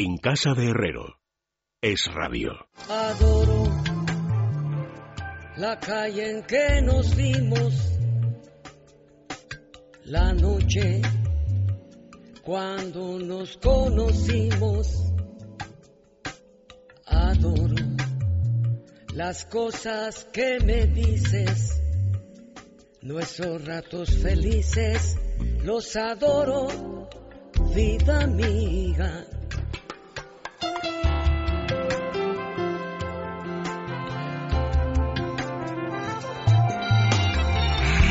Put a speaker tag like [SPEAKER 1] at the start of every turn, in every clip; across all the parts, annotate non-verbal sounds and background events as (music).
[SPEAKER 1] En casa de Herrero. Es radio.
[SPEAKER 2] Adoro la calle en que nos vimos, la noche cuando nos conocimos. Adoro las cosas que me dices, nuestros ratos felices, los adoro, vida amiga.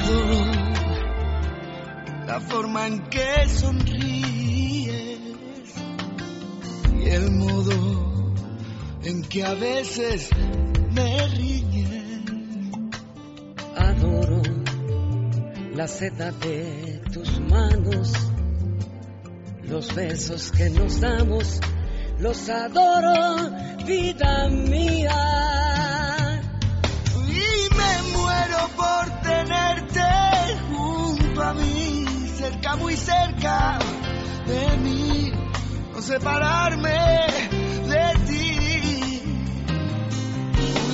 [SPEAKER 3] Adoro la forma en que sonríes y el modo en que a veces me riñes.
[SPEAKER 2] Adoro la seda de tus manos, los besos que nos damos, los adoro, vida mía.
[SPEAKER 3] Y me muero por tenerte junto a mí, cerca, muy cerca de mí, no separarme de ti.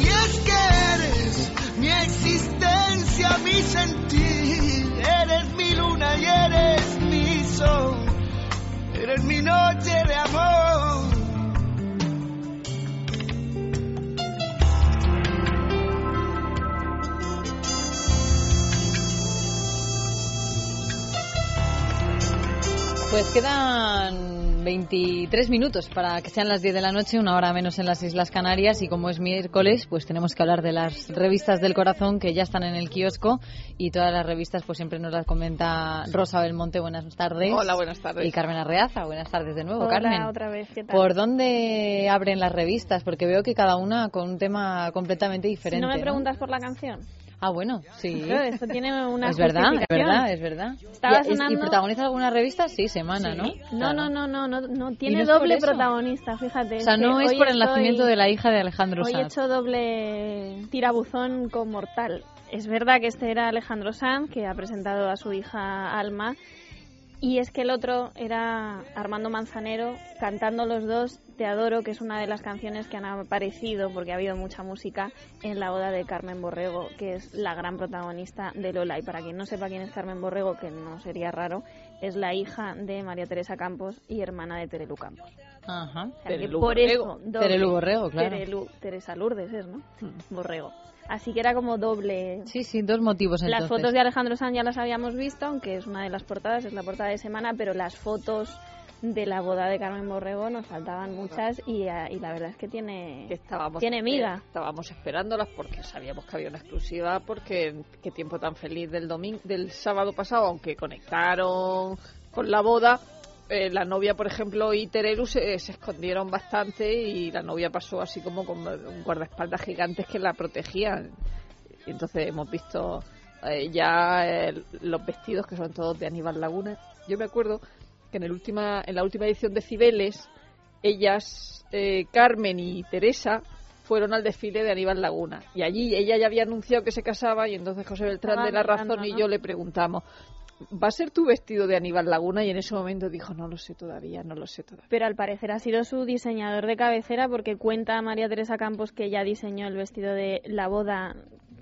[SPEAKER 3] Y es que eres mi existencia, mi sentir, eres mi luna y eres mi sol, eres mi noche de amor.
[SPEAKER 4] Pues quedan 23 minutos para que sean las 10 de la noche, una hora menos en las Islas Canarias y como es miércoles, pues tenemos que hablar de las revistas del corazón que ya están en el kiosco y todas las revistas pues siempre nos las comenta Rosa Belmonte, buenas tardes.
[SPEAKER 5] Hola, buenas tardes.
[SPEAKER 4] Y Carmen Arreaza, buenas tardes de nuevo,
[SPEAKER 6] Oh, Hola,
[SPEAKER 4] Carmen.
[SPEAKER 6] otra vez, ¿qué tal?
[SPEAKER 4] ¿Por dónde abren las revistas? Porque veo que cada una con un tema completamente
[SPEAKER 6] Si
[SPEAKER 4] diferente.
[SPEAKER 6] no me preguntas por la canción.
[SPEAKER 4] Ah, bueno, sí.
[SPEAKER 6] Claro, esto tiene una
[SPEAKER 4] Es verdad, es
[SPEAKER 6] justificación.
[SPEAKER 4] verdad, es verdad.
[SPEAKER 6] Estaba
[SPEAKER 4] y, es- ¿Y
[SPEAKER 6] sonando-
[SPEAKER 4] protagoniza alguna revista? Sí, semana, ¿no?
[SPEAKER 6] No,
[SPEAKER 4] Claro.
[SPEAKER 6] no, no, no, no, no,
[SPEAKER 4] no
[SPEAKER 6] tiene
[SPEAKER 4] es por
[SPEAKER 6] doble
[SPEAKER 4] eso?
[SPEAKER 6] protagonista, fíjate.
[SPEAKER 4] O sea, no es por el nacimiento de la hija de Alejandro
[SPEAKER 6] Hoy he
[SPEAKER 4] Sanz.
[SPEAKER 6] hecho doble tirabuzón con Mortal. Es verdad que este era Alejandro Sanz, que ha presentado a su hija Alma. Y es que el otro era Armando Manzanero cantando los dos Te Adoro, que es una de las canciones que han aparecido, porque ha habido mucha música, en la boda de Carmen Borrego, que es la gran protagonista de Lola. Y para quien no sepa quién es Carmen Borrego, que no sería raro, es la hija de María Teresa Campos y hermana de Terelu Campos.
[SPEAKER 4] Ajá.
[SPEAKER 6] O sea, que
[SPEAKER 5] Terelu
[SPEAKER 6] por
[SPEAKER 5] Borrego.
[SPEAKER 6] eso, doble.
[SPEAKER 4] Terelu Borrego, Pues claro.
[SPEAKER 6] Terelu- Teresa Lourdes es, ¿no? Borrego. Así que era como doble.
[SPEAKER 4] Sí, sí, dos motivos entonces.
[SPEAKER 6] Las fotos de Alejandro Sanz ya las habíamos visto, aunque es una de las portadas, es la portada de semana, pero las fotos de la boda de Carmen Borrego nos faltaban muchas y, ah, y la verdad es que tiene...
[SPEAKER 5] Que estábamos
[SPEAKER 6] Tiene miga.
[SPEAKER 5] Estábamos esperándolas porque sabíamos que había una exclusiva, porque qué tiempo tan feliz del domingo, del sábado pasado, aunque conectaron con la boda. eh, la novia, por ejemplo, y Terelu se, se escondieron bastante y la novia pasó así como con un guardaespaldas gigantes que la protegían. Y entonces hemos visto eh, ya eh, los vestidos que son todos de Aníbal Laguna. Yo me acuerdo que en, el última, en la última edición de Cibeles, ellas, eh, Carmen y Teresa, fueron al desfile de Aníbal Laguna. Y allí ella ya había anunciado que se casaba y entonces José Beltrán
[SPEAKER 6] Estaba
[SPEAKER 5] de la
[SPEAKER 6] mirando,
[SPEAKER 5] Razón y
[SPEAKER 6] ¿no?
[SPEAKER 5] yo le preguntamos, ¿va a ser tu vestido de Aníbal Laguna? Y en ese momento dijo, no lo sé todavía, no lo sé todavía.
[SPEAKER 6] Pero al parecer ha sido su diseñador de cabecera porque cuenta María Teresa Campos que ya diseñó el vestido de la boda,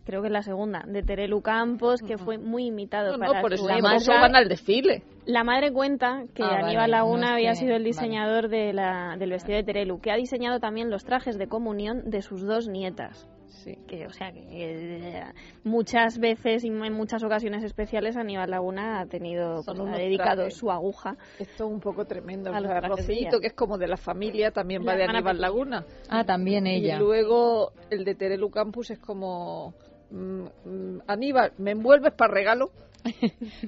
[SPEAKER 6] creo que es la segunda, de Terelu Campos, que fue muy imitado
[SPEAKER 5] No, no,
[SPEAKER 6] para
[SPEAKER 5] por
[SPEAKER 6] su
[SPEAKER 5] eso
[SPEAKER 4] la
[SPEAKER 5] digo, por eso
[SPEAKER 4] marca-
[SPEAKER 5] van al desfile.
[SPEAKER 6] La madre cuenta que
[SPEAKER 4] Ah, vale,
[SPEAKER 6] Aníbal Laguna
[SPEAKER 4] no es
[SPEAKER 6] había
[SPEAKER 4] que-
[SPEAKER 6] sido
[SPEAKER 4] vale.
[SPEAKER 6] el diseñador de la- del vestido de Terelu, que ha diseñado también los trajes de comunión de sus dos nietas.
[SPEAKER 5] Sí.
[SPEAKER 6] Que, o sea, que eh, muchas veces y en muchas ocasiones especiales Aníbal Laguna ha tenido,
[SPEAKER 5] Son
[SPEAKER 6] pues, ha
[SPEAKER 5] unos
[SPEAKER 6] dedicado
[SPEAKER 5] trajes.
[SPEAKER 6] su aguja.
[SPEAKER 5] Esto es un poco tremendo.
[SPEAKER 6] A los
[SPEAKER 5] o sea,
[SPEAKER 6] trajes de
[SPEAKER 5] Rocito,
[SPEAKER 6] ella.
[SPEAKER 5] que es como de la familia, también
[SPEAKER 6] La
[SPEAKER 5] va de
[SPEAKER 6] hermana
[SPEAKER 5] Aníbal
[SPEAKER 6] pequeña.
[SPEAKER 5] Laguna.
[SPEAKER 4] Ah, también ella.
[SPEAKER 5] Y luego el de Terelu Campus es como... mm, mm, Aníbal, ¿me envuelves para regalo?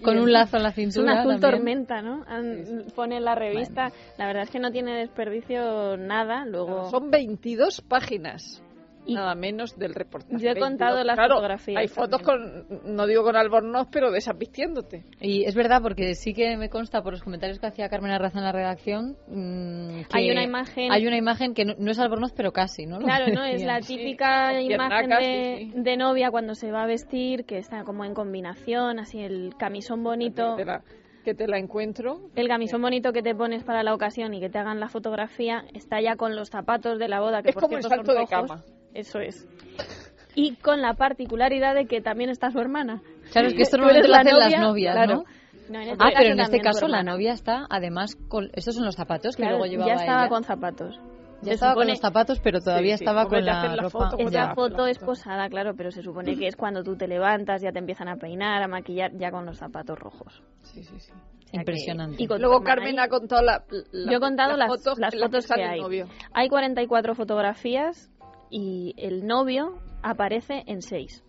[SPEAKER 4] Con un lazo en la
[SPEAKER 6] Es
[SPEAKER 4] cintura.
[SPEAKER 6] un azul
[SPEAKER 4] también.
[SPEAKER 6] tormenta, ¿no? Han- Pone en la revista. La verdad es que no tiene desperdicio nada. Luego
[SPEAKER 5] Son 22 páginas.
[SPEAKER 6] Oh. Y-
[SPEAKER 5] nada menos del reportaje.
[SPEAKER 6] Yo he contado las
[SPEAKER 5] Claro,
[SPEAKER 6] fotografías
[SPEAKER 5] Hay fotos con, no digo con albornoz, pero desvistiéndote.
[SPEAKER 4] Y es verdad, porque sí que me consta por los comentarios que hacía Carmen Arraza en la redacción. mm, que
[SPEAKER 6] Hay una imagen-
[SPEAKER 4] Hay una imagen que no, no es albornoz, pero casi, ¿no? Lo
[SPEAKER 6] Claro,
[SPEAKER 4] que (laughs)
[SPEAKER 6] no es
[SPEAKER 4] decían.
[SPEAKER 6] la típica
[SPEAKER 5] con
[SPEAKER 6] imagen
[SPEAKER 5] piernacas,
[SPEAKER 6] de,
[SPEAKER 5] sí, sí.
[SPEAKER 6] de novia cuando se va a vestir, que está como en combinación, así el camisón bonito.
[SPEAKER 5] Era que te la encuentro.
[SPEAKER 6] El camisón bonito que te pones para la ocasión y que te hagan la fotografía está ya con los zapatos de la boda, que
[SPEAKER 5] Es
[SPEAKER 6] por
[SPEAKER 5] como el
[SPEAKER 6] cierto
[SPEAKER 5] salto
[SPEAKER 6] son
[SPEAKER 5] de
[SPEAKER 6] rojos.
[SPEAKER 5] cama.
[SPEAKER 6] Eso es. Y con la particularidad de que también está su hermana.
[SPEAKER 4] Claro, es que esto
[SPEAKER 6] Tú
[SPEAKER 4] normalmente
[SPEAKER 6] eres
[SPEAKER 4] lo
[SPEAKER 6] la
[SPEAKER 4] hacen las
[SPEAKER 6] novia,
[SPEAKER 4] novias,
[SPEAKER 6] claro.
[SPEAKER 4] ¿no?
[SPEAKER 6] No, en este
[SPEAKER 4] Ah,
[SPEAKER 6] caso
[SPEAKER 4] pero en este
[SPEAKER 6] también tu
[SPEAKER 4] caso la
[SPEAKER 6] hermana.
[SPEAKER 4] novia está además con... Estos son los zapatos que
[SPEAKER 6] Claro,
[SPEAKER 4] luego llevaba
[SPEAKER 6] ya estaba
[SPEAKER 4] ella.
[SPEAKER 6] con zapatos.
[SPEAKER 4] Ya
[SPEAKER 6] Se
[SPEAKER 4] estaba con
[SPEAKER 6] supone-
[SPEAKER 4] los zapatos, pero todavía
[SPEAKER 5] Sí, sí,
[SPEAKER 4] estaba
[SPEAKER 5] hombre,
[SPEAKER 4] con
[SPEAKER 5] te hacen
[SPEAKER 4] la
[SPEAKER 5] la
[SPEAKER 4] ropa.
[SPEAKER 5] foto,
[SPEAKER 4] ya.
[SPEAKER 6] Esa foto es
[SPEAKER 5] Claro.
[SPEAKER 6] posada, claro, pero se supone que es cuando tú te levantas, ya te empiezan a peinar, a maquillar, ya con los zapatos rojos.
[SPEAKER 5] Sí, sí, sí.
[SPEAKER 6] O sea que-
[SPEAKER 4] Impresionante.
[SPEAKER 6] y con tu
[SPEAKER 5] Luego
[SPEAKER 6] hermana
[SPEAKER 5] Carmen
[SPEAKER 6] ahí.
[SPEAKER 5] ha contado la, la-
[SPEAKER 6] Yo he contado las- las
[SPEAKER 5] en que
[SPEAKER 6] fotos que
[SPEAKER 5] sale el
[SPEAKER 6] hay.
[SPEAKER 5] novio.
[SPEAKER 6] Hay 44 fotografías y el novio aparece en 6.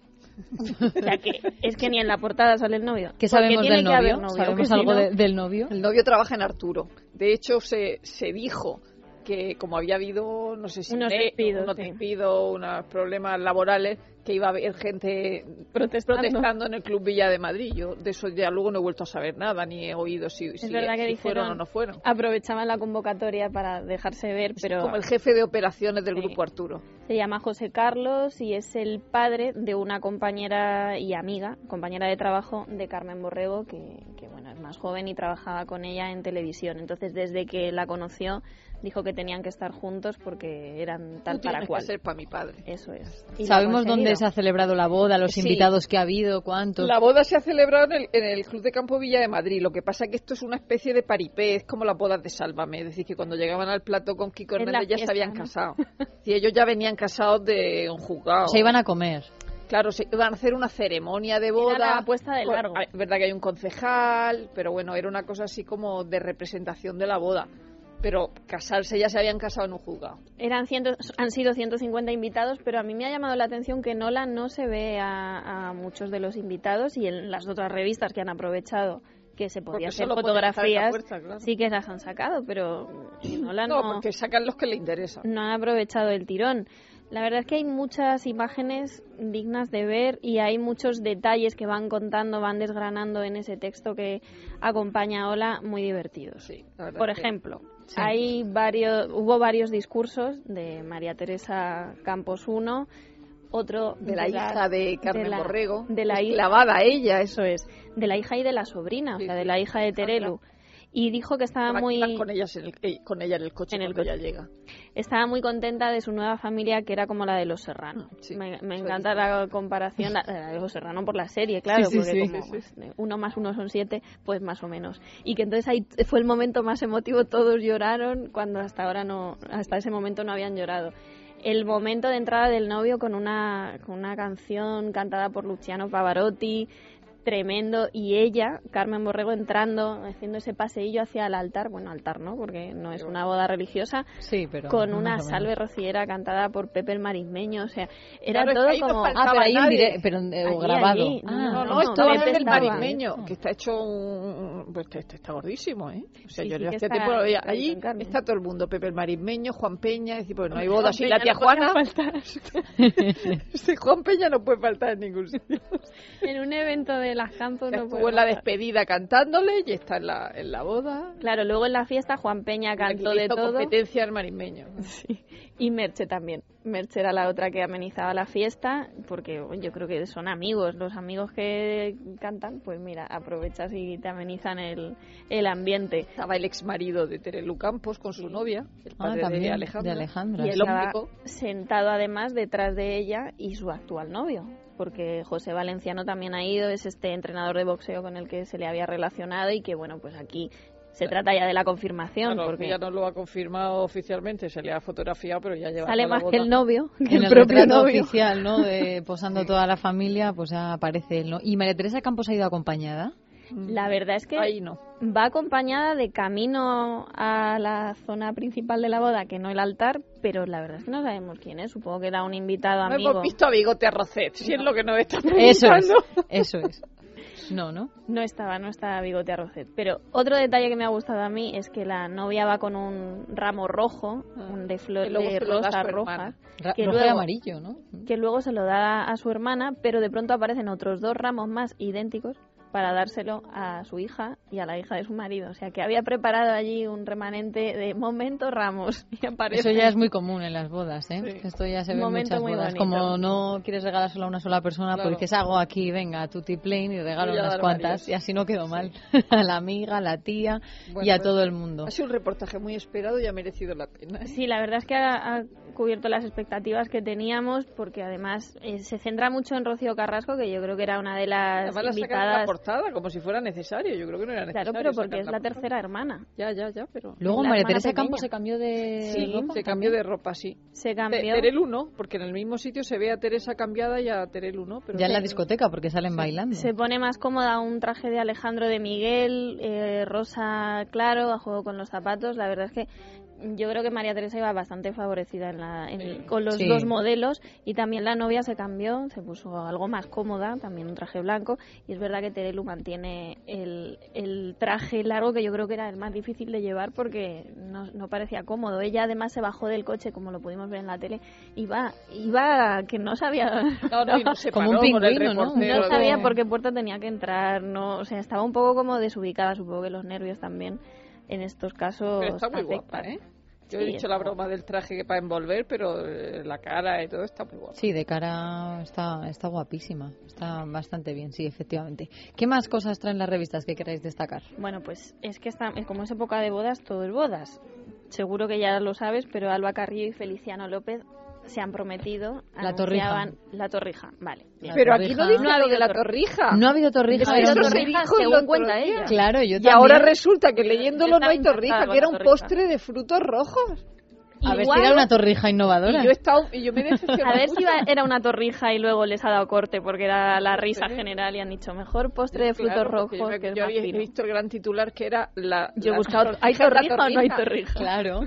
[SPEAKER 6] o sea que es que ni en la portada sale el novio.
[SPEAKER 4] ¿Qué
[SPEAKER 6] Porque
[SPEAKER 4] sabemos
[SPEAKER 6] tiene
[SPEAKER 4] del
[SPEAKER 6] que haber
[SPEAKER 4] novio?
[SPEAKER 6] novio, que
[SPEAKER 4] ¿Sabemos
[SPEAKER 6] si
[SPEAKER 4] algo
[SPEAKER 6] no-
[SPEAKER 4] de- del novio?
[SPEAKER 5] El novio trabaja en Arturo. De hecho, se, se dijo que como había habido, no sé si
[SPEAKER 6] Unos
[SPEAKER 5] ne-
[SPEAKER 6] despidos,
[SPEAKER 5] unos,
[SPEAKER 6] sí.
[SPEAKER 5] despidos, unos problemas laborales, que iba a haber gente
[SPEAKER 6] Protestando.
[SPEAKER 5] protestando en el Club Villa de Madrid. Yo de eso ya luego no he vuelto a saber nada, ni he oído si, si-
[SPEAKER 6] verdad que
[SPEAKER 5] si fueron o
[SPEAKER 6] dijeron-
[SPEAKER 5] no fueron.
[SPEAKER 6] Aprovechaban la convocatoria para dejarse ver, pero
[SPEAKER 5] Como el jefe de operaciones del
[SPEAKER 6] Sí.
[SPEAKER 5] Grupo Arturo.
[SPEAKER 6] se llama José Carlos y es el padre de una compañera y amiga, compañera de trabajo de Carmen Borrego, que, que, bueno, es más joven y trabajaba con ella en televisión. Entonces, desde que la conoció, dijo que tenían que estar juntos porque eran tal
[SPEAKER 5] Tú
[SPEAKER 6] para
[SPEAKER 5] tienes
[SPEAKER 6] cual.
[SPEAKER 5] que ser para mi padre.
[SPEAKER 6] Eso es. Y lo ha
[SPEAKER 4] ¿Sabemos dónde
[SPEAKER 6] conseguido.
[SPEAKER 4] se ha celebrado la boda, los
[SPEAKER 5] Sí.
[SPEAKER 4] invitados que ha habido, cuántos?
[SPEAKER 5] La boda se ha celebrado en el, en el Club de Campo Villa de Madrid. Lo que pasa es que esto es una especie de paripé, es como las bodas de Sálvame. Es decir, que cuando llegaban al plato con Kiko
[SPEAKER 6] Es la
[SPEAKER 5] Hernández ya
[SPEAKER 6] fiesta,
[SPEAKER 5] se habían
[SPEAKER 6] ¿no? (laughs)
[SPEAKER 5] casado. Y ellos ya venían casados de un juzgado.
[SPEAKER 4] Se iban a comer.
[SPEAKER 5] Claro, se iban a hacer una ceremonia de
[SPEAKER 6] Era
[SPEAKER 5] boda.
[SPEAKER 6] la puesta de
[SPEAKER 5] Con-
[SPEAKER 6] largo.
[SPEAKER 5] ah, Es verdad que hay un concejal, pero bueno, era una cosa así como de representación de la boda. Pero casarse ya se habían casado en un juzgado.
[SPEAKER 6] Eran ciento- han sido 150 invitados, pero a mí me ha llamado la atención que Nola no se ve a, a muchos de los invitados y en las otras revistas que han aprovechado que se
[SPEAKER 5] Porque
[SPEAKER 6] podía hacer
[SPEAKER 5] solo pueden estar en la
[SPEAKER 6] fotografías,
[SPEAKER 5] puerta, claro.
[SPEAKER 6] sí que las han sacado, pero Nola
[SPEAKER 5] No,
[SPEAKER 6] no,
[SPEAKER 5] porque sacan los que le interesan.
[SPEAKER 6] no han aprovechado el tirón. La verdad es que hay muchas imágenes dignas de ver y hay muchos detalles que van contando, van desgranando en ese texto que acompaña a Ola, muy divertidos.
[SPEAKER 5] Sí, la verdad
[SPEAKER 6] Por
[SPEAKER 5] es que-
[SPEAKER 6] ejemplo,
[SPEAKER 4] Sí.
[SPEAKER 6] hay varios, hubo varios discursos de María Teresa Campos I, otro
[SPEAKER 5] de la hija de Carmen
[SPEAKER 6] la-
[SPEAKER 5] Borrego,
[SPEAKER 6] de la hija,
[SPEAKER 5] clavada ella, eso
[SPEAKER 6] eso es, de la hija y de la sobrina,
[SPEAKER 5] Sí,
[SPEAKER 6] o sea,
[SPEAKER 5] sí. Ah,
[SPEAKER 6] de la hija de Terelu. Y dijo que estaba
[SPEAKER 5] Van-
[SPEAKER 6] Ah, muy
[SPEAKER 5] van con ellas en el, eh, con ella en el coche
[SPEAKER 6] En el
[SPEAKER 5] cuando
[SPEAKER 6] coche.
[SPEAKER 5] ella llega.
[SPEAKER 6] estaba muy contenta de su nueva familia que era como la de los Serrano.
[SPEAKER 5] Sí,
[SPEAKER 6] me me
[SPEAKER 5] eso
[SPEAKER 6] encanta la comparación, la, la de los Serrano por la serie, claro,
[SPEAKER 5] Sí, sí,
[SPEAKER 6] porque
[SPEAKER 5] sí.
[SPEAKER 6] como
[SPEAKER 5] Sí,
[SPEAKER 6] uno más uno son siete, pues más o menos. Y que entonces ahí fue el momento más emotivo, todos lloraron cuando hasta ahora no, hasta ese momento no habían llorado. El momento de entrada del novio con una, con una canción cantada por Luciano Pavarotti, tremendo y ella, Carmen Borrego, entrando, haciendo ese paseillo hacia el altar, bueno, altar no, porque no es una boda religiosa,
[SPEAKER 4] Sí, pero...
[SPEAKER 6] con
[SPEAKER 4] más o
[SPEAKER 6] una
[SPEAKER 4] menos.
[SPEAKER 6] salve rociera cantada por Pepe el Marismeño, o sea, era
[SPEAKER 5] Claro, es que ahí
[SPEAKER 6] todo
[SPEAKER 5] no
[SPEAKER 6] como...
[SPEAKER 5] falta-
[SPEAKER 4] Ah, pero ahí en
[SPEAKER 5] nadie. (laughs)
[SPEAKER 4] directo, pero eh, o
[SPEAKER 6] Allí,
[SPEAKER 4] grabado.
[SPEAKER 6] allí.
[SPEAKER 4] Ah,
[SPEAKER 5] No, no,
[SPEAKER 6] no,
[SPEAKER 5] esto
[SPEAKER 6] no, este
[SPEAKER 5] va a ser
[SPEAKER 6] Pepe
[SPEAKER 5] el
[SPEAKER 6] estaba. Mm.
[SPEAKER 5] marismeño, que está hecho un... Pues este, este está gordísimo, ¿eh? O sea,
[SPEAKER 6] Sí,
[SPEAKER 5] yo
[SPEAKER 6] sí,
[SPEAKER 5] le
[SPEAKER 6] que
[SPEAKER 5] hacía
[SPEAKER 6] está-
[SPEAKER 5] tiempo... no lo veía.
[SPEAKER 6] está ahí
[SPEAKER 5] Allí
[SPEAKER 6] con carne.
[SPEAKER 5] está todo el mundo, Pepe el marismeño, Juan Peña, es decir, pues no hay
[SPEAKER 6] Hombre,
[SPEAKER 5] boda
[SPEAKER 6] Juan
[SPEAKER 5] sin la
[SPEAKER 6] Peña
[SPEAKER 5] tía
[SPEAKER 6] no podía
[SPEAKER 5] Juana. (laughs) Sí, Juan Peña no puede faltar en ningún sitio.
[SPEAKER 6] En un evento de las campos no
[SPEAKER 5] Estuvo
[SPEAKER 6] puede
[SPEAKER 5] en la
[SPEAKER 6] faltar.
[SPEAKER 5] despedida cantándole y está en la, en la boda.
[SPEAKER 6] Claro, luego en la fiesta Juan Peña cantó
[SPEAKER 5] Le
[SPEAKER 6] de
[SPEAKER 5] hizo
[SPEAKER 6] todo
[SPEAKER 5] competencia al marismeño.
[SPEAKER 6] y Merche también. Merche era la otra que amenizaba la fiesta porque bueno, yo creo que son amigos, los amigos que cantan, pues mira, aprovechas y te amenizan el, el ambiente.
[SPEAKER 5] Estaba el ex marido de Terelu Campos con su novia, el
[SPEAKER 4] Ah,
[SPEAKER 5] padre
[SPEAKER 4] también,
[SPEAKER 5] de
[SPEAKER 4] de
[SPEAKER 5] Alejandra.
[SPEAKER 4] Alejandra.
[SPEAKER 6] Y
[SPEAKER 5] el
[SPEAKER 6] estaba
[SPEAKER 5] ómnico.
[SPEAKER 6] sentado además detrás de ella y su actual novio, porque José Valenciano también ha ido, es este entrenador de boxeo con el que se le había relacionado y que bueno, pues aquí se trata ya de la confirmación,
[SPEAKER 5] Claro,
[SPEAKER 6] porque
[SPEAKER 5] ya no lo ha confirmado oficialmente, se le ha fotografiado, pero ya lleva.
[SPEAKER 6] sale
[SPEAKER 5] toda la
[SPEAKER 6] más que el
[SPEAKER 5] boda.
[SPEAKER 6] novio, que
[SPEAKER 4] En
[SPEAKER 6] (laughs) el,
[SPEAKER 4] el
[SPEAKER 6] propio
[SPEAKER 4] retrato
[SPEAKER 6] novio.
[SPEAKER 4] oficial, ¿no?
[SPEAKER 6] (laughs)
[SPEAKER 4] De posando toda la familia, pues ya aparece él, ¿no? ¿Y María Teresa Campos ha ido
[SPEAKER 6] (laughs)
[SPEAKER 4] acompañada?
[SPEAKER 6] La verdad es que
[SPEAKER 5] Mm. Ahí no.
[SPEAKER 6] va acompañada de camino a la zona principal de la boda, que no el altar, pero la verdad es que no sabemos quién es, supongo que era un invitado
[SPEAKER 5] No
[SPEAKER 6] amigo.
[SPEAKER 5] hemos visto a Bigote Arrocet, si es lo que nos está
[SPEAKER 4] Eso es,
[SPEAKER 5] preguntando.
[SPEAKER 6] (laughs)
[SPEAKER 4] eso es. No, ¿no?
[SPEAKER 6] No estaba, no estaba Bigote Arrocet. Pero otro detalle que me ha gustado a mí es que la novia va con un ramo rojo,
[SPEAKER 5] Ah.
[SPEAKER 6] un de flor
[SPEAKER 5] Que luego
[SPEAKER 6] de
[SPEAKER 5] se lo da a
[SPEAKER 6] rosas
[SPEAKER 5] su
[SPEAKER 6] rojas,
[SPEAKER 5] hermana.
[SPEAKER 4] Ra-
[SPEAKER 6] Que
[SPEAKER 4] rojo y
[SPEAKER 6] luego-
[SPEAKER 4] amarillo, ¿no?
[SPEAKER 6] que luego se lo da a su hermana, pero de pronto aparecen otros dos ramos más idénticos para dárselo a su hija y a la hija de su marido. O sea, que había preparado allí un remanente de momento Ramos. Y aparece
[SPEAKER 4] Eso ya es muy común en las bodas, ¿eh?
[SPEAKER 5] Este Sí.
[SPEAKER 4] Esto ya se ve en
[SPEAKER 6] Momento
[SPEAKER 4] muchas
[SPEAKER 6] muy
[SPEAKER 4] bodas.
[SPEAKER 6] bonito.
[SPEAKER 4] Como no quieres regalárselo a una sola persona,
[SPEAKER 5] Claro.
[SPEAKER 4] pues dices, hago aquí, venga, tu plane y regalo
[SPEAKER 5] Voy a
[SPEAKER 4] unas
[SPEAKER 5] dar
[SPEAKER 4] cuantas.
[SPEAKER 5] varias.
[SPEAKER 4] Y así no quedó mal. (laughs) a la amiga, a la tía y
[SPEAKER 5] Bueno,
[SPEAKER 4] a
[SPEAKER 5] pues,
[SPEAKER 4] todo el mundo.
[SPEAKER 5] Ha sido un reportaje muy esperado y ha merecido la pena. ¿eh?
[SPEAKER 6] Sí, la verdad es que ha, ha cubierto las expectativas que teníamos, porque además eh, se centra mucho en Rocío Carrasco, que yo creo que era una de las
[SPEAKER 5] Además la sacan de la
[SPEAKER 6] invitadas.
[SPEAKER 5] portada como si fuera necesario. Yo creo que no era necesario.
[SPEAKER 6] Claro, pero
[SPEAKER 5] sacar
[SPEAKER 6] porque es la
[SPEAKER 5] portada.
[SPEAKER 6] tercera hermana.
[SPEAKER 5] Ya, ya, ya, pero...
[SPEAKER 4] Luego
[SPEAKER 6] la
[SPEAKER 4] María
[SPEAKER 6] hermana
[SPEAKER 4] Teresa
[SPEAKER 6] pequeña.
[SPEAKER 4] Campos se cambió de
[SPEAKER 5] Sí,
[SPEAKER 4] ropa.
[SPEAKER 5] se cambió de ropa, sí.
[SPEAKER 6] Se
[SPEAKER 5] Te-
[SPEAKER 6] cambió.
[SPEAKER 5] Terelu no, porque en el mismo sitio se ve a Teresa cambiada y a Terelu no. Pero
[SPEAKER 4] Ya en la
[SPEAKER 5] Sí.
[SPEAKER 4] discoteca, porque salen bailando.
[SPEAKER 6] Se pone más cómoda un traje de Alejandro de Miguel, eh, rosa claro, a juego con los zapatos. La verdad es que yo creo que María Teresa iba bastante favorecida en la- en-
[SPEAKER 5] Sí.
[SPEAKER 6] con los
[SPEAKER 4] Sí.
[SPEAKER 6] dos modelos y también la novia se cambió, se puso algo más cómoda, también un traje blanco. Y es verdad que Terelu mantiene el, el traje largo que yo creo que era el más difícil de llevar porque no, no parecía cómodo. Ella además se bajó del coche, como lo pudimos ver en la tele, iba, iba que no sabía.
[SPEAKER 5] No, no, y no se
[SPEAKER 4] Como un
[SPEAKER 5] paró con el
[SPEAKER 4] pingüino, ¿no?
[SPEAKER 5] reportero.
[SPEAKER 6] No
[SPEAKER 4] Pero
[SPEAKER 6] sabía
[SPEAKER 4] de-
[SPEAKER 6] por qué puerta tenía que entrar, no, o sea, estaba un poco como desubicada, supongo que los nervios también en estos casos
[SPEAKER 5] Pero está muy guapa,
[SPEAKER 6] afectan.
[SPEAKER 5] ¿eh? Yo
[SPEAKER 6] Sí,
[SPEAKER 5] he dicho la
[SPEAKER 6] está
[SPEAKER 5] broma del traje que para envolver, pero eh, la cara y todo está muy guapa.
[SPEAKER 4] Sí, de cara está, está guapísima. Está bastante bien, sí, efectivamente. ¿Qué más cosas traen las revistas que queráis destacar?
[SPEAKER 6] Bueno, pues es que está, es como es época de bodas, todo es bodas. Seguro que ya lo sabes, pero Alba Carrillo y Feliciano López se han prometido.
[SPEAKER 4] La torrija.
[SPEAKER 6] anunciaban- La torrija, vale.
[SPEAKER 4] La
[SPEAKER 5] Pero aquí no
[SPEAKER 4] torrija.
[SPEAKER 5] dice
[SPEAKER 6] No ha
[SPEAKER 5] lo de
[SPEAKER 6] habido
[SPEAKER 5] la
[SPEAKER 6] tor-
[SPEAKER 5] torrija.
[SPEAKER 4] No ha habido torrija.
[SPEAKER 5] Eso
[SPEAKER 4] era
[SPEAKER 5] no
[SPEAKER 4] un
[SPEAKER 5] se
[SPEAKER 4] torrija.
[SPEAKER 5] dijo el
[SPEAKER 6] según
[SPEAKER 5] otro
[SPEAKER 6] cuenta
[SPEAKER 5] día.
[SPEAKER 6] ella.
[SPEAKER 4] Claro, yo
[SPEAKER 5] Y ahora
[SPEAKER 4] también.
[SPEAKER 5] resulta que leyéndolo no hay
[SPEAKER 6] Estaba
[SPEAKER 5] torrija,
[SPEAKER 6] encantada
[SPEAKER 5] que era
[SPEAKER 6] con
[SPEAKER 5] un
[SPEAKER 6] la torrija.
[SPEAKER 5] postre de frutos rojos.
[SPEAKER 4] A ver si
[SPEAKER 6] Igual-
[SPEAKER 4] era una torrija innovadora.
[SPEAKER 5] Y yo he estado, y yo me he decepcionado
[SPEAKER 6] A ver si
[SPEAKER 5] mucho.
[SPEAKER 6] va- era una torrija y luego les ha dado corte porque era la risa
[SPEAKER 5] Sí.
[SPEAKER 6] general y han dicho mejor postre de frutos
[SPEAKER 5] Claro, porque
[SPEAKER 6] rojos.
[SPEAKER 5] Yo, me-
[SPEAKER 6] que es
[SPEAKER 5] yo
[SPEAKER 6] más
[SPEAKER 5] había
[SPEAKER 6] fino.
[SPEAKER 5] visto el gran titular que era la.
[SPEAKER 6] Yo he
[SPEAKER 5] la
[SPEAKER 6] buscado,
[SPEAKER 5] tor-
[SPEAKER 6] ¿hay
[SPEAKER 5] la
[SPEAKER 6] torrija o no hay torrija?
[SPEAKER 4] Claro.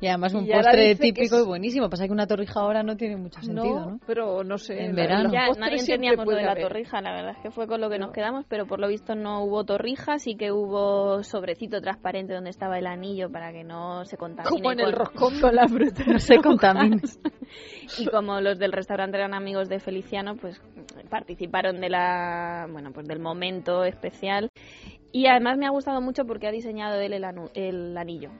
[SPEAKER 4] Y además un
[SPEAKER 5] Y ahora
[SPEAKER 4] postre
[SPEAKER 5] dice que
[SPEAKER 4] típico
[SPEAKER 5] es-
[SPEAKER 4] y buenísimo. Pasa que una torrija ahora no tiene mucho sentido, ¿no?
[SPEAKER 5] pero no sé.
[SPEAKER 4] En
[SPEAKER 5] la-
[SPEAKER 4] verano.
[SPEAKER 5] los
[SPEAKER 6] Ya,
[SPEAKER 5] postres
[SPEAKER 6] nadie
[SPEAKER 5] siempre
[SPEAKER 6] entendíamos lo de
[SPEAKER 5] puede
[SPEAKER 6] la
[SPEAKER 5] haber.
[SPEAKER 6] torrija, la verdad es que fue con lo que nos
[SPEAKER 5] No.
[SPEAKER 6] quedamos, pero por lo visto no hubo torrija, sí que hubo sobrecito transparente donde estaba el anillo para que no se contamine.
[SPEAKER 5] Como en
[SPEAKER 6] con-
[SPEAKER 5] el roscón.
[SPEAKER 6] con la
[SPEAKER 5] (laughs)
[SPEAKER 6] fruta.
[SPEAKER 4] No se (laughs) contamina.
[SPEAKER 6] Y como los del restaurante eran amigos de Feliciano, pues participaron de la, bueno, pues del momento especial. Y además me ha gustado mucho porque ha diseñado él el, anu- el anillo.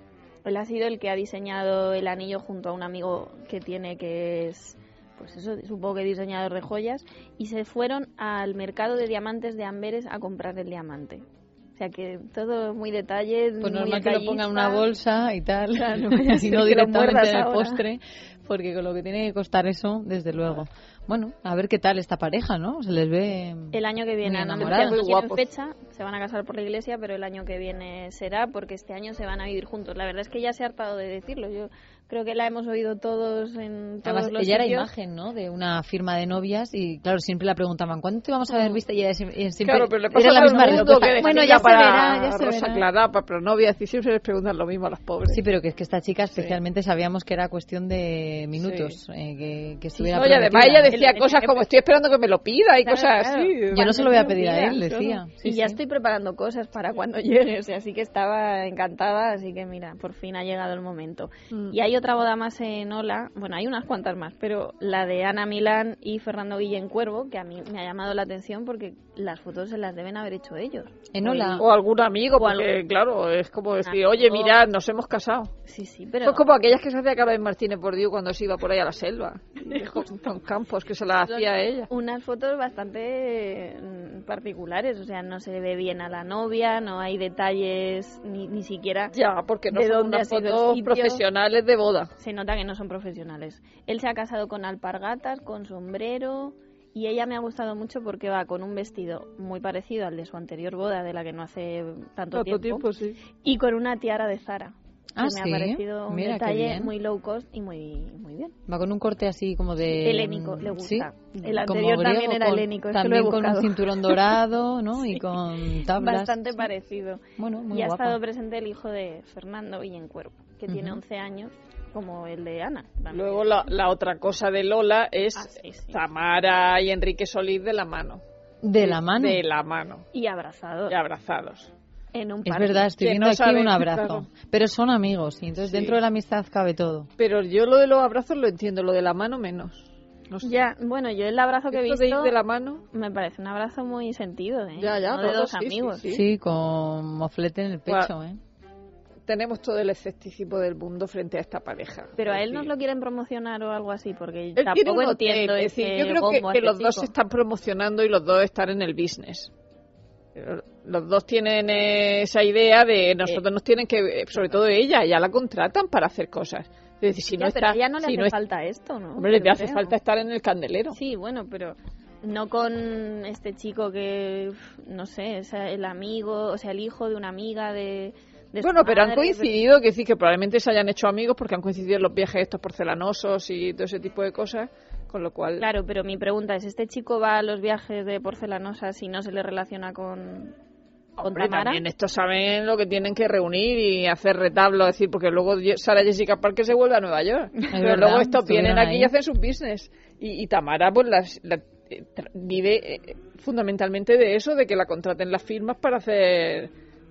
[SPEAKER 6] Él ha sido el que ha diseñado el anillo junto a un amigo que tiene que es, pues eso, supongo que diseñador de joyas. Y se fueron al mercado de diamantes de Amberes a comprar el diamante. O sea que todo muy detalle.
[SPEAKER 4] Pues
[SPEAKER 6] muy
[SPEAKER 4] normal que lo ponga en una
[SPEAKER 6] detallista.
[SPEAKER 4] bolsa y tal, (laughs)
[SPEAKER 6] Claro, vaya a
[SPEAKER 4] y
[SPEAKER 6] ser
[SPEAKER 4] no
[SPEAKER 6] que lo
[SPEAKER 4] directamente
[SPEAKER 6] muerdas
[SPEAKER 4] en el
[SPEAKER 6] ahora.
[SPEAKER 4] postre, porque con lo que tiene que costar eso, desde luego. Bueno, a ver qué tal esta pareja, ¿no? Se les ve...
[SPEAKER 6] El año que viene,
[SPEAKER 4] Muy
[SPEAKER 6] no,
[SPEAKER 4] enamorados.
[SPEAKER 6] no
[SPEAKER 5] Muy
[SPEAKER 6] tienen
[SPEAKER 5] guapos.
[SPEAKER 6] fecha, se van a casar por la iglesia, pero el año que viene será porque este año se van a vivir juntos. La verdad es que ya se ha hartado de decirlo. Yo creo que la hemos oído todos en todos
[SPEAKER 4] Además,
[SPEAKER 6] los
[SPEAKER 4] ella era
[SPEAKER 6] sitios.
[SPEAKER 4] imagen, ¿no? De una firma de novias y, claro, siempre la preguntaban, ¿cuándo te vamos a ver vista? Y ella siempre, ella siempre-
[SPEAKER 5] Mm. Claro, pero le pasa
[SPEAKER 4] era la
[SPEAKER 5] a todo el
[SPEAKER 4] misma
[SPEAKER 5] mundo
[SPEAKER 4] respuesta.
[SPEAKER 5] que
[SPEAKER 4] Bueno,
[SPEAKER 5] decía
[SPEAKER 4] ya se
[SPEAKER 5] para
[SPEAKER 4] verá, ya se
[SPEAKER 5] Rosa
[SPEAKER 4] verá.
[SPEAKER 5] Clara, para Pronovia, y siempre les preguntan lo mismo a las pobres.
[SPEAKER 4] Sí, pero que es que esta chica especialmente sabíamos que era cuestión de minutos, eh, que, que estuviera
[SPEAKER 5] No, y además
[SPEAKER 4] prometida.
[SPEAKER 5] ella decía cosas como estoy esperando que me lo pida y
[SPEAKER 6] Claro,
[SPEAKER 5] cosas
[SPEAKER 6] claro.
[SPEAKER 5] así.
[SPEAKER 4] Yo no se lo voy a pedir a él,
[SPEAKER 6] Mira,
[SPEAKER 4] decía.
[SPEAKER 6] yo-
[SPEAKER 4] Sí,
[SPEAKER 6] y ya
[SPEAKER 4] sí.
[SPEAKER 6] estoy preparando cosas para cuando llegue, o sea, así que estaba encantada, así que mira, por fin ha llegado el momento.
[SPEAKER 5] Mm.
[SPEAKER 6] Y hay otra boda más en Ola, bueno, hay unas cuantas más, pero la de Ana Milán y Fernando Guillén Cuervo, que a mí me ha llamado la atención porque las fotos se las deben haber hecho ellos.
[SPEAKER 4] En Ola.
[SPEAKER 5] O algún amigo,
[SPEAKER 6] O
[SPEAKER 5] porque
[SPEAKER 6] algún-
[SPEAKER 5] claro, es como decir,
[SPEAKER 6] Ah,
[SPEAKER 5] oye,
[SPEAKER 6] no.
[SPEAKER 5] mirad, nos hemos casado.
[SPEAKER 6] Sí, sí, pero...
[SPEAKER 4] Pues
[SPEAKER 5] Fue como aquellas que se hacía Carmen Martínez por Dios cuando se iba por ahí a la selva. Con campos que se la hacía a ella.
[SPEAKER 6] unas fotos bastante mm, particulares, o sea, no se le ve bien a la novia, no hay detalles, ni, ni siquiera
[SPEAKER 5] Ya, porque no
[SPEAKER 6] ¿De
[SPEAKER 5] son
[SPEAKER 6] dónde
[SPEAKER 5] unas
[SPEAKER 6] ha sido el
[SPEAKER 5] fotos
[SPEAKER 6] sitio?
[SPEAKER 5] profesionales de boda.
[SPEAKER 6] se nota que no son profesionales. Él se ha casado con alpargatas, con sombrero y ella me ha gustado mucho porque va con un vestido muy parecido al de su anterior boda, de la que no hace tanto, tiempo,
[SPEAKER 5] sí.
[SPEAKER 6] y con una tiara de Zara. que
[SPEAKER 4] Ah,
[SPEAKER 6] me
[SPEAKER 4] sí.
[SPEAKER 6] ha parecido un
[SPEAKER 4] Mira, qué
[SPEAKER 6] detalle
[SPEAKER 4] bien.
[SPEAKER 6] muy low cost y muy, muy bien.
[SPEAKER 4] Va con un corte así como de...
[SPEAKER 6] Helénico, le gusta.
[SPEAKER 4] Sí,
[SPEAKER 6] El anterior
[SPEAKER 4] como
[SPEAKER 6] también era
[SPEAKER 4] con-
[SPEAKER 6] helénico, es que lo
[SPEAKER 4] También
[SPEAKER 6] he
[SPEAKER 4] con un
[SPEAKER 6] buscado.
[SPEAKER 4] cinturón dorado,
[SPEAKER 6] (laughs)
[SPEAKER 4] ¿no? Y con tablas.
[SPEAKER 6] Bastante
[SPEAKER 4] Sí.
[SPEAKER 6] parecido.
[SPEAKER 4] Bueno, muy
[SPEAKER 6] y ha
[SPEAKER 4] guapa.
[SPEAKER 6] estado presente el hijo de Fernando Villencuervo, que tiene
[SPEAKER 4] Ujú.
[SPEAKER 6] 11 años, como el de Ana. también.
[SPEAKER 5] Luego la, la otra cosa de Lola es
[SPEAKER 6] Ah, sí, sí.
[SPEAKER 5] Tamara y Enrique Solís de la mano.
[SPEAKER 4] De la mano.
[SPEAKER 5] De la mano.
[SPEAKER 6] Y abrazado
[SPEAKER 5] Y abrazados.
[SPEAKER 6] en un
[SPEAKER 4] Es
[SPEAKER 6] parque.
[SPEAKER 4] verdad, estoy
[SPEAKER 5] ¿Quién
[SPEAKER 4] viendo
[SPEAKER 5] no
[SPEAKER 4] aquí
[SPEAKER 5] sabe?
[SPEAKER 4] un abrazo.
[SPEAKER 5] Claro.
[SPEAKER 4] Pero son amigos y entonces
[SPEAKER 5] Sí.
[SPEAKER 4] dentro de la amistad cabe todo.
[SPEAKER 5] Pero yo lo de los abrazos lo entiendo, lo de la mano menos. No sé.
[SPEAKER 6] Ya, bueno, yo el abrazo que he
[SPEAKER 5] Esto
[SPEAKER 6] visto
[SPEAKER 5] de ir de la mano.
[SPEAKER 6] me parece un abrazo muy sentido, ¿eh?
[SPEAKER 5] Ya, ya,
[SPEAKER 6] No de
[SPEAKER 5] todo,
[SPEAKER 6] dos
[SPEAKER 5] sí, sí,
[SPEAKER 6] amigos.
[SPEAKER 5] sí.
[SPEAKER 4] Sí, con moflete en el pecho, ¿eh?
[SPEAKER 5] Tenemos todo el escepticismo del mundo frente a esta pareja.
[SPEAKER 6] Pero a él
[SPEAKER 5] no
[SPEAKER 6] nos lo quieren promocionar o algo así, porque
[SPEAKER 5] Pues Él tiene
[SPEAKER 6] tampoco
[SPEAKER 5] un hotel,
[SPEAKER 6] entiendo
[SPEAKER 5] es
[SPEAKER 6] ese
[SPEAKER 5] decir, yo creo que,
[SPEAKER 6] bombo a
[SPEAKER 5] que
[SPEAKER 6] este
[SPEAKER 5] los dos se
[SPEAKER 6] chico.
[SPEAKER 5] están promocionando y los dos están en el business. Pero Los dos tienen eh, esa idea de nosotros nos tienen que, eh, sobre todo ella, ya la contratan para hacer cosas. Es decir, si
[SPEAKER 6] Ya,
[SPEAKER 5] no
[SPEAKER 6] pero
[SPEAKER 5] está,
[SPEAKER 6] a ella no le
[SPEAKER 5] si
[SPEAKER 6] hace
[SPEAKER 5] no es-
[SPEAKER 6] falta esto, ¿no?
[SPEAKER 5] hombre, le
[SPEAKER 6] Yo
[SPEAKER 5] hace
[SPEAKER 6] creo.
[SPEAKER 5] falta estar en el candelero.
[SPEAKER 6] Sí, bueno, pero no con este chico que, uf, no sé, o sea, el amigo, o sea, el hijo de una amiga de... de su
[SPEAKER 5] bueno, pero han
[SPEAKER 6] madre,
[SPEAKER 5] coincidido, que decir que probablemente se hayan hecho amigos porque han coincidido en los viajes estos porcelanosos y todo ese tipo de cosas, con lo cual
[SPEAKER 6] Claro, pero mi pregunta es, ¿este chico va a los viajes de porcelanosas y no se le relaciona con, con
[SPEAKER 5] Hombre,
[SPEAKER 6] Tamara?
[SPEAKER 5] también estos saben lo que tienen que reunir y hacer retablo, es decir, porque luego Ye- Sara Jessica Parker se vuelve a Nueva York. Pero
[SPEAKER 4] verdad,
[SPEAKER 5] luego estos vienen
[SPEAKER 4] estuvieron
[SPEAKER 5] aquí
[SPEAKER 4] ahí.
[SPEAKER 5] y hacen su business. Y, y Tamara, pues, las- la, eh, tra- vive eh, fundamentalmente de eso, de que la contraten las firmas para hacer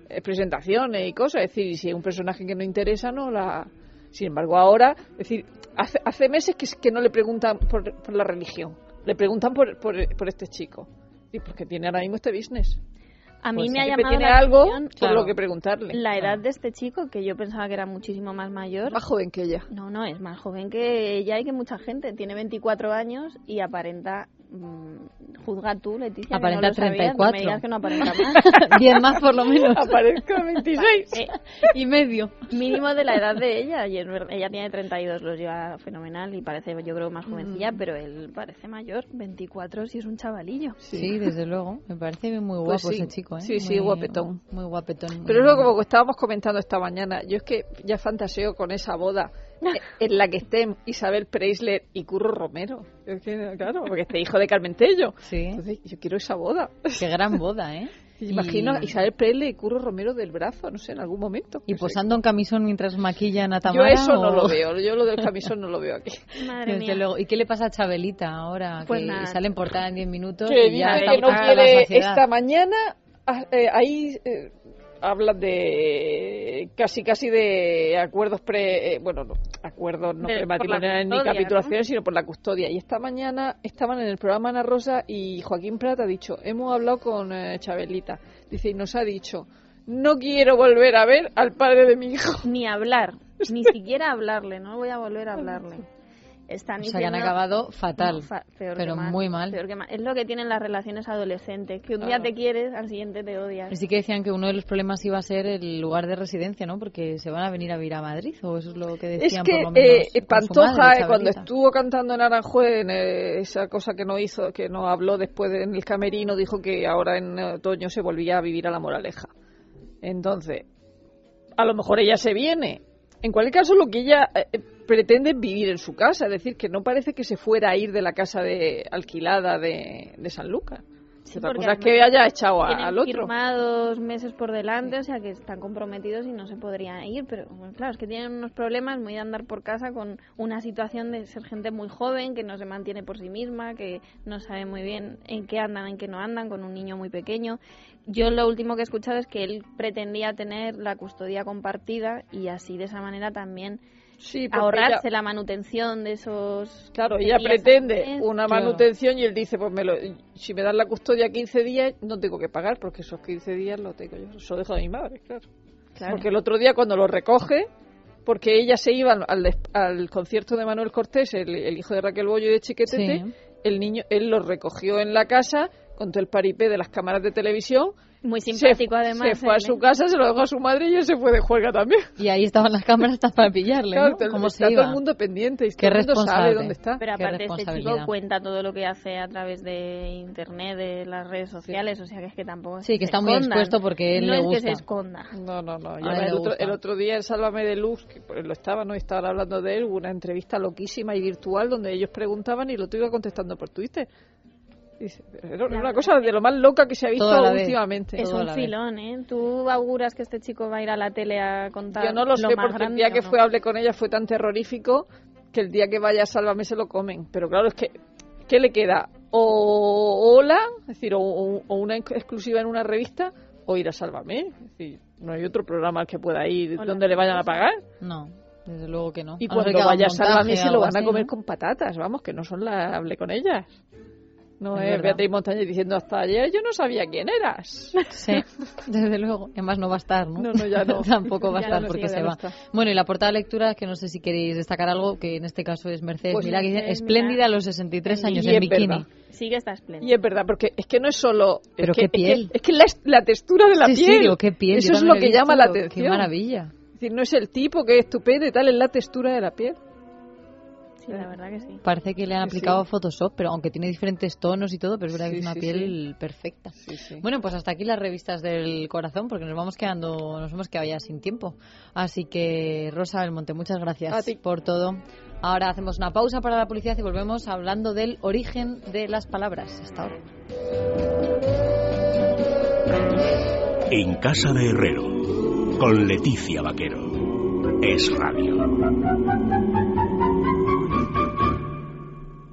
[SPEAKER 5] eh, presentaciones y cosas. Es decir, y si es un personaje que no interesa, no la. Sin embargo, ahora, es decir, hace, hace meses que, es- que no le preguntan por, por la religión, le preguntan por, por, por este chico. Y porque tiene ahora mismo este business.
[SPEAKER 6] A mí
[SPEAKER 5] Pues
[SPEAKER 6] me ha
[SPEAKER 5] siempre
[SPEAKER 6] llamado
[SPEAKER 5] tiene
[SPEAKER 6] la
[SPEAKER 5] algo
[SPEAKER 6] atención
[SPEAKER 5] por
[SPEAKER 4] claro.
[SPEAKER 5] lo que preguntarle.
[SPEAKER 6] la edad de este chico, que yo pensaba que era muchísimo más mayor.
[SPEAKER 5] Más joven
[SPEAKER 6] (laughs)
[SPEAKER 5] que ella.
[SPEAKER 6] No, no, es más joven que ella y que mucha gente. Tiene 24 años y aparenta... mm, juzga tú, Leticia,
[SPEAKER 4] Aparenta
[SPEAKER 6] que no lo sabías, no me
[SPEAKER 4] 34.
[SPEAKER 6] digas que no (laughs) aparenta más.
[SPEAKER 4] Diez más
[SPEAKER 6] (laughs)
[SPEAKER 4] por lo menos.
[SPEAKER 5] Aparezco a 26.
[SPEAKER 6] Eh,
[SPEAKER 4] y medio.
[SPEAKER 6] mínimo de la edad de ella. Y es verdad, ella tiene 32, los lleva fenomenal y parece, yo creo, más jovencilla,
[SPEAKER 4] Mm.
[SPEAKER 6] pero él parece mayor, 24, si es un chavalillo.
[SPEAKER 4] Sí. desde luego. Me parece muy guapo
[SPEAKER 5] Pues sí.
[SPEAKER 4] ese chico, ¿eh?
[SPEAKER 5] Sí, sí,
[SPEAKER 4] Muy-
[SPEAKER 5] guapetón.
[SPEAKER 4] Muy guapetón. muy-
[SPEAKER 5] Pero es lo que como estábamos comentando esta mañana. Yo es que ya fantaseo con esa boda
[SPEAKER 6] (laughs)
[SPEAKER 5] eh, en la que estén Isabel Preisler y Curro Romero. Es que, claro, porque este hijo de Carmentello.
[SPEAKER 4] Sí,
[SPEAKER 5] (laughs) Entonces, yo quiero esa boda.
[SPEAKER 4] qué gran boda, ¿eh? Y-
[SPEAKER 5] Pues (laughs) Imagino a Isabel Preisler y Curro Romero del brazo, no sé, en algún momento.
[SPEAKER 4] Y
[SPEAKER 5] No sé.
[SPEAKER 4] posando en camisón mientras maquillan a
[SPEAKER 5] Yo
[SPEAKER 4] Tamara.
[SPEAKER 5] eso no
[SPEAKER 4] o-
[SPEAKER 5] lo veo. Yo lo del camisón no lo veo aquí.
[SPEAKER 6] Madre
[SPEAKER 4] Desde
[SPEAKER 6] mía.
[SPEAKER 4] luego. ¿Y qué le pasa a Chabelita ahora?
[SPEAKER 6] Pues
[SPEAKER 4] que
[SPEAKER 6] nada.
[SPEAKER 4] sale en portada en 10 minutos
[SPEAKER 5] que
[SPEAKER 4] y ya
[SPEAKER 5] dice
[SPEAKER 4] está
[SPEAKER 5] que no
[SPEAKER 4] buscando la
[SPEAKER 5] quiere
[SPEAKER 4] saciedad.
[SPEAKER 5] esta mañana ah, eh, ahí eh, habla de eh, casi casi de acuerdos pre eh, bueno no, acuerdos no
[SPEAKER 6] De- por la
[SPEAKER 5] prematrimoniales ni
[SPEAKER 6] custodia,
[SPEAKER 5] capitulaciones sino por la custodia y esta mañana estaban en el programa Ana Rosa y Joaquín Prat ha dicho hemos hablado con eh, Chabelita dice y nos ha dicho no quiero volver a ver al padre de mi hijo
[SPEAKER 6] Ni hablar, ni siquiera hablarle, no voy a volver a hablarle. Están
[SPEAKER 4] O sea, que han
[SPEAKER 6] diciendo-
[SPEAKER 4] acabado fatal.
[SPEAKER 6] No, fa- peor que
[SPEAKER 4] pero muy mal.
[SPEAKER 6] peor que mal. Es lo que tienen las relaciones adolescentes, que un día
[SPEAKER 5] Claro.
[SPEAKER 6] te quieres, al siguiente te odias.
[SPEAKER 4] Así que decían que uno de los problemas iba a ser el lugar de residencia, ¿no? Porque se van a venir a vivir a Madrid, o eso es lo que
[SPEAKER 5] Es
[SPEAKER 4] decían
[SPEAKER 5] que
[SPEAKER 4] por lo menos.
[SPEAKER 5] eh,
[SPEAKER 4] con su
[SPEAKER 5] Pantoja,
[SPEAKER 4] madre,
[SPEAKER 5] eh, cuando
[SPEAKER 4] Chabelita.
[SPEAKER 5] estuvo cantando en Aranjuez, en eh, esa cosa que no hizo, que no habló después de- en el camerino, dijo que ahora en otoño se volvía a vivir a la moraleja. Entonces, a lo mejor ella se viene. En cualquier caso, lo que ella eh, eh, pretende es vivir en su casa, es decir, que no parece que se fuera a ir de la casa de alquilada de, de San Lucas.
[SPEAKER 6] Sí,
[SPEAKER 5] Otra
[SPEAKER 6] porque
[SPEAKER 5] cosa es que
[SPEAKER 6] además
[SPEAKER 5] haya echado a-
[SPEAKER 6] tienen
[SPEAKER 5] al otro.
[SPEAKER 6] firmados meses por delante, o sea que están comprometidos y no se podrían ir, pero bueno, claro, es que tienen unos problemas muy de andar por casa con una situación de ser gente muy joven, que no se mantiene por sí misma, que no sabe muy bien en qué andan, en qué no andan, con un niño muy pequeño. Yo lo último que he escuchado es que él pretendía tener la custodia compartida y así de esa manera también
[SPEAKER 5] Sí, porque ella-
[SPEAKER 6] ahorrarse la manutención de esos...
[SPEAKER 5] Claro,
[SPEAKER 6] 15
[SPEAKER 5] ella
[SPEAKER 6] días al
[SPEAKER 5] pretende
[SPEAKER 6] mes.
[SPEAKER 5] una
[SPEAKER 4] Claro.
[SPEAKER 5] manutención y él dice, pues me lo, si me dan la custodia 15 días, no tengo que pagar, porque esos 15 días lo tengo yo. Eso dejo a mi madre, claro.
[SPEAKER 6] Claro.
[SPEAKER 5] Porque el otro día cuando lo recoge, porque ella se iba al, al des- al concierto de Manuel Cortés, el, el hijo de Raquel Bollo y de Chiquetete,
[SPEAKER 4] Sí.
[SPEAKER 5] el niño, él lo recogió en la casa con todo el paripé de las cámaras de televisión.
[SPEAKER 6] Muy
[SPEAKER 5] se-
[SPEAKER 6] simpático además.
[SPEAKER 5] Se fue a
[SPEAKER 6] él, ¿eh?
[SPEAKER 5] su casa, se lo dejó a su madre y él se fue de juerga también.
[SPEAKER 4] Y ahí estaban las cámaras hasta para pillarle,
[SPEAKER 5] Claro,
[SPEAKER 4] ¿no?
[SPEAKER 5] todo el-
[SPEAKER 4] ¿Cómo
[SPEAKER 5] está
[SPEAKER 4] se
[SPEAKER 5] todo
[SPEAKER 4] iba?
[SPEAKER 5] el mundo pendiente y
[SPEAKER 4] Qué
[SPEAKER 5] todo el mundo sabe
[SPEAKER 4] responsable.
[SPEAKER 5] dónde está.
[SPEAKER 6] Pero
[SPEAKER 4] Qué
[SPEAKER 6] aparte este chico
[SPEAKER 4] responsabilidad.
[SPEAKER 6] cuenta todo lo que hace a través de internet, de las redes sociales, o sea que es que tampoco es
[SPEAKER 4] Sí, que
[SPEAKER 6] se
[SPEAKER 4] está muy
[SPEAKER 6] escondan.
[SPEAKER 4] expuesto porque él
[SPEAKER 6] no
[SPEAKER 4] le
[SPEAKER 6] es que
[SPEAKER 4] gusta.
[SPEAKER 6] se esconda.
[SPEAKER 5] No, no, no. Y
[SPEAKER 4] A
[SPEAKER 5] además
[SPEAKER 4] él
[SPEAKER 5] el,
[SPEAKER 4] le
[SPEAKER 5] otro,
[SPEAKER 4] gusta.
[SPEAKER 5] el otro día en Sálvame de Luz, que pues, lo estaba, ¿no? Estaban hablando de él, hubo una entrevista loquísima y virtual donde ellos preguntaban y lo otro iba contestando por Twitter. Y dice, era
[SPEAKER 6] La
[SPEAKER 5] una
[SPEAKER 6] verdad
[SPEAKER 5] cosa de lo más loca que se ha
[SPEAKER 4] Todo a la
[SPEAKER 5] visto
[SPEAKER 4] vez.
[SPEAKER 5] últimamente.
[SPEAKER 6] Es
[SPEAKER 4] Todo a
[SPEAKER 6] un
[SPEAKER 4] la vez.
[SPEAKER 6] filón, ¿eh? ¿Tú auguras que este chico va a ir a la tele a contar
[SPEAKER 5] Yo no lo, sé
[SPEAKER 6] más
[SPEAKER 5] porque el
[SPEAKER 6] grande
[SPEAKER 5] día
[SPEAKER 6] o
[SPEAKER 5] que
[SPEAKER 6] no?
[SPEAKER 5] fue hablé con ella fue tan terrorífico que el día que vaya a Sálvame se lo comen. Pero claro, es que, ¿qué le queda? O hola, es decir, o, o- o una ex- exclusiva en una revista, o ir a Sálvame. Es decir, no hay otro programa al que pueda ir
[SPEAKER 6] Hola.
[SPEAKER 5] donde le vayan a pagar.
[SPEAKER 4] No, Desde luego que no.
[SPEAKER 5] Y
[SPEAKER 4] A no ser
[SPEAKER 5] cuando
[SPEAKER 4] que haga un
[SPEAKER 5] vaya a Sálvame
[SPEAKER 4] Ah, montaje
[SPEAKER 5] se
[SPEAKER 4] o
[SPEAKER 5] lo
[SPEAKER 4] algo
[SPEAKER 5] van a
[SPEAKER 4] así,
[SPEAKER 5] comer
[SPEAKER 4] ¿no?
[SPEAKER 5] con patatas, vamos, que no son la... hablé con ellas. No
[SPEAKER 4] Es
[SPEAKER 5] es,
[SPEAKER 4] verdad.
[SPEAKER 5] Beatriz Montañez diciendo hasta ayer yo no sabía quién eras.
[SPEAKER 4] Sí, (laughs) desde luego. Además no va a estar, ¿no?
[SPEAKER 5] No, no, ya no.
[SPEAKER 4] (laughs) Tampoco va a
[SPEAKER 6] Ya
[SPEAKER 4] estar
[SPEAKER 6] no,
[SPEAKER 4] porque
[SPEAKER 6] sí, ya
[SPEAKER 4] se
[SPEAKER 6] no
[SPEAKER 4] va.
[SPEAKER 6] está.
[SPEAKER 4] Bueno, y la portada de lectura, que no sé si queréis destacar algo, que en este caso es Mercedes
[SPEAKER 5] Pues
[SPEAKER 4] Milá, que dice,
[SPEAKER 6] Mercedes
[SPEAKER 4] espléndida
[SPEAKER 6] Milá.
[SPEAKER 4] a los 63 años
[SPEAKER 5] Y
[SPEAKER 4] en
[SPEAKER 5] es
[SPEAKER 4] bikini.
[SPEAKER 5] verdad.
[SPEAKER 6] Sí que está espléndido.
[SPEAKER 5] Y es verdad, porque es que no es solo. es
[SPEAKER 4] Pero
[SPEAKER 5] que-
[SPEAKER 4] qué
[SPEAKER 5] es que-
[SPEAKER 4] piel.
[SPEAKER 5] Es que, la, es- la textura de la
[SPEAKER 4] sí,
[SPEAKER 5] piel.
[SPEAKER 4] sí, digo, qué piel.
[SPEAKER 5] Eso
[SPEAKER 4] yo
[SPEAKER 5] es
[SPEAKER 4] también
[SPEAKER 5] lo
[SPEAKER 4] he
[SPEAKER 5] que
[SPEAKER 4] visto,
[SPEAKER 5] llama la
[SPEAKER 4] digo,
[SPEAKER 5] atención.
[SPEAKER 4] Qué maravilla.
[SPEAKER 5] Es decir, no es el tipo que es estupendo y tal, es la textura de la piel.
[SPEAKER 6] Sí, la verdad que sí.
[SPEAKER 4] Parece que le han
[SPEAKER 5] Sí, sí.
[SPEAKER 4] aplicado Photoshop, pero aunque tiene diferentes tonos y todo, pero es verdad que
[SPEAKER 5] Sí,
[SPEAKER 4] es una
[SPEAKER 5] sí,
[SPEAKER 4] piel perfecta.
[SPEAKER 5] Sí, sí.
[SPEAKER 4] Bueno, pues hasta aquí las revistas del corazón, porque nos vamos quedando, nos hemos quedado ya sin tiempo. Así que, Rosa Belmonte, muchas gracias
[SPEAKER 5] A ti.
[SPEAKER 4] por todo. Ahora hacemos una pausa para la publicidad y volvemos hablando del origen de las palabras. Hasta ahora.
[SPEAKER 1] En casa de Herrero. Con Leticia Vaquero. Es radio.